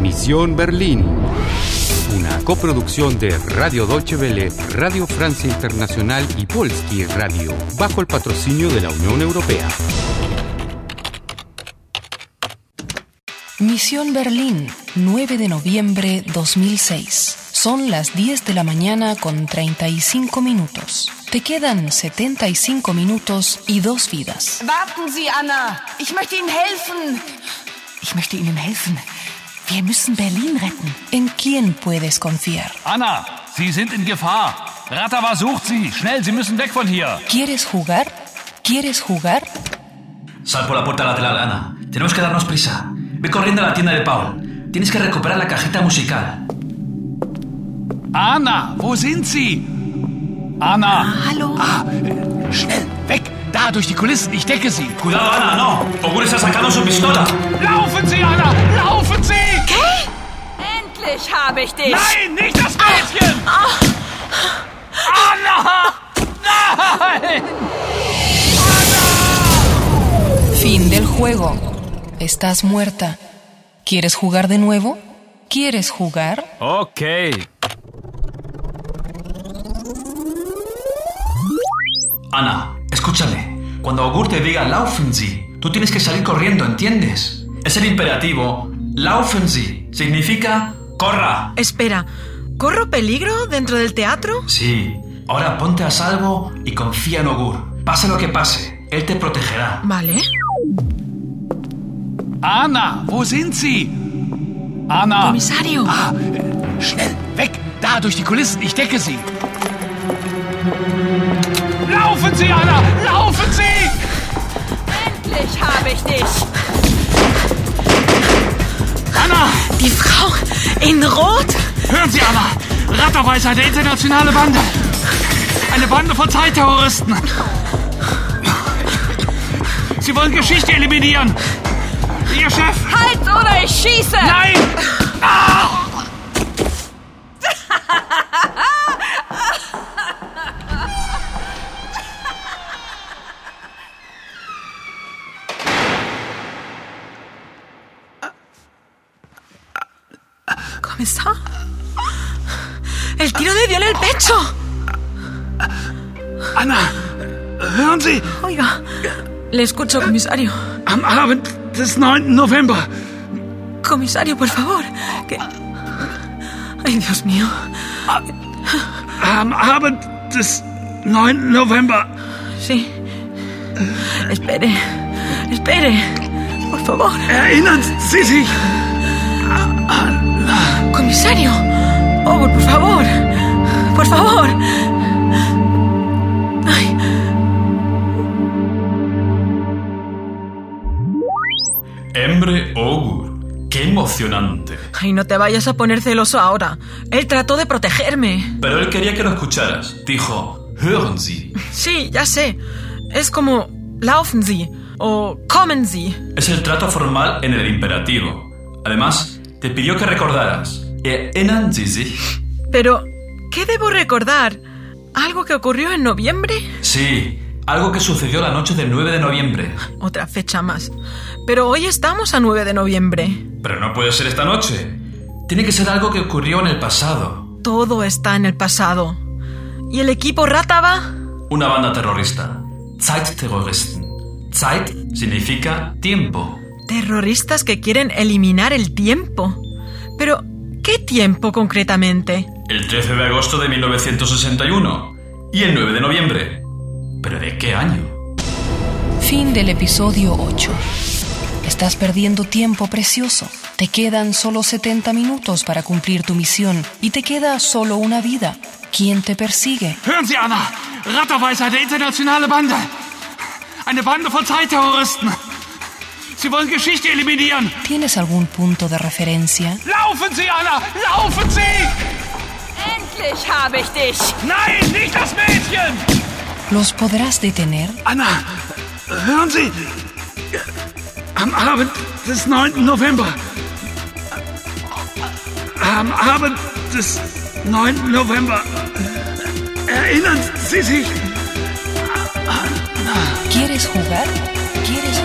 Misión Berlín. Una coproducción de Radio Deutsche Welle, Radio Francia Internacional y Polski Radio, bajo el patrocinio de la Unión Europea. Misión Berlín, 9 de noviembre 2006. Son las 10 de la mañana con 35 minutos. Te quedan 75 minutos y dos vidas. Warten Sie, Anna. Ich möchte Ihnen helfen. Ich möchte Ihnen helfen. Wir müssen Berlin retten. ¿En quién puedes confiar? Anna, Sie sind in Gefahr. Ratawa sucht Sie. Schnell, Sie müssen weg von hier. ¿Quieres jugar? ¿Quieres jugar? Sal por la puerta lateral, Ana. Tenemos que darnos prisa. Ve corriendo a la tienda de Paul. Tienes que recuperar la cajita musical. Anna, wo sind Sie? Anna. Hallo? Ah, äh, schnell, weg. Da, durch die Kulissen. Ich decke Sie. Cuidado, Ana, no. Ogur está sacando su pistola. Laufen Sie, Anna. Laufen Sie. Endlich habe ich dich. Nein, nicht das Mädchen. Anna. Nein. Fin del juego. Estás muerta. ¿Quieres jugar de nuevo? ¿Quieres jugar? Okay. Ana, escúchame. Cuando Ogur te diga Laufen Sie, tú tienes que salir corriendo, ¿entiendes? Es el imperativo. Laufen Sie significa corra. Espera, ¿corro peligro dentro del teatro? Sí. Ahora ponte a salvo y confía en Ogur. Pase lo que pase, él te protegerá. Vale. Anna, wo sind Sie? Anna. Comisario. Ah, äh, schnell, weg. Da, durch die Kulissen. Ich decke Sie. Laufen Sie, Anna. Laufen Sie. Endlich habe ich dich. Anna, Die Frau in Rot? hören Sie, Anna. Ratterweis ist eine internationale Bande. Eine Bande von Zeitterroristen. Sie wollen Geschichte eliminieren. Ihr Chef. Halt oder ich schieße. Nein. Kommissar. El tiro le dio en el pecho. Anna, hören Sie. Oiga, le escucho, comisario. Am Abend des 9. November Comisario, por favor. Que... Ay, Dios mío. Am Abend des 9. November. Sí. Espere, espere. Por favor. Erinnern Sie sich? Comisario. Ogur, por favor. Por favor. Ay, Embre Ogur. Qué emocionante. ay, no te vayas a poner celoso ahora. Él trató de protegerme. Pero él quería que lo escucharas. Dijo, hören Sie. Sí, ya sé. Es como laufen Sie o kommen Sie. Es el trato formal en el imperativo. Además, te pidió que recordaras. Erinnern Sie sich? Pero, ¿qué debo recordar? ¿Algo que ocurrió en noviembre? Sí, algo que sucedió la noche del 9 de noviembre. Otra fecha más. Pero hoy estamos a 9 de noviembre. Pero no puede ser esta noche. Tiene que ser algo que ocurrió en el pasado. Todo está en el pasado. ¿Y el equipo Rataba? Una banda terrorista. Zeitterroristen. Zeit significa tiempo. Terroristas que quieren eliminar el tiempo. Pero, ¿qué tiempo concretamente? El 13 de agosto de 1961 y el 9 de noviembre. ¿Pero de qué año? Fin del episodio 8. Estás perdiendo tiempo precioso. Te quedan solo 70 minutos para cumplir tu misión y te queda solo una vida. ¿Quién te persigue? Hören Sie, Anna. Ratterweis ist eine internationale Bande. Eine Bande von Zeitterroristen. Sie wollen Geschichte eliminieren. ¿Tienes algún punto de referencia? Laufen Sie, Anna. Laufen Sie. Endlich habe ich dich. Nein, nicht das Mädchen. ¿Los podrás detener? Anna, hören Sie. Am Abend des 9. November. Am Abend des 9. November. Erinnern Sie sich? ¿Quieres jugar? ¿Quieres jugar?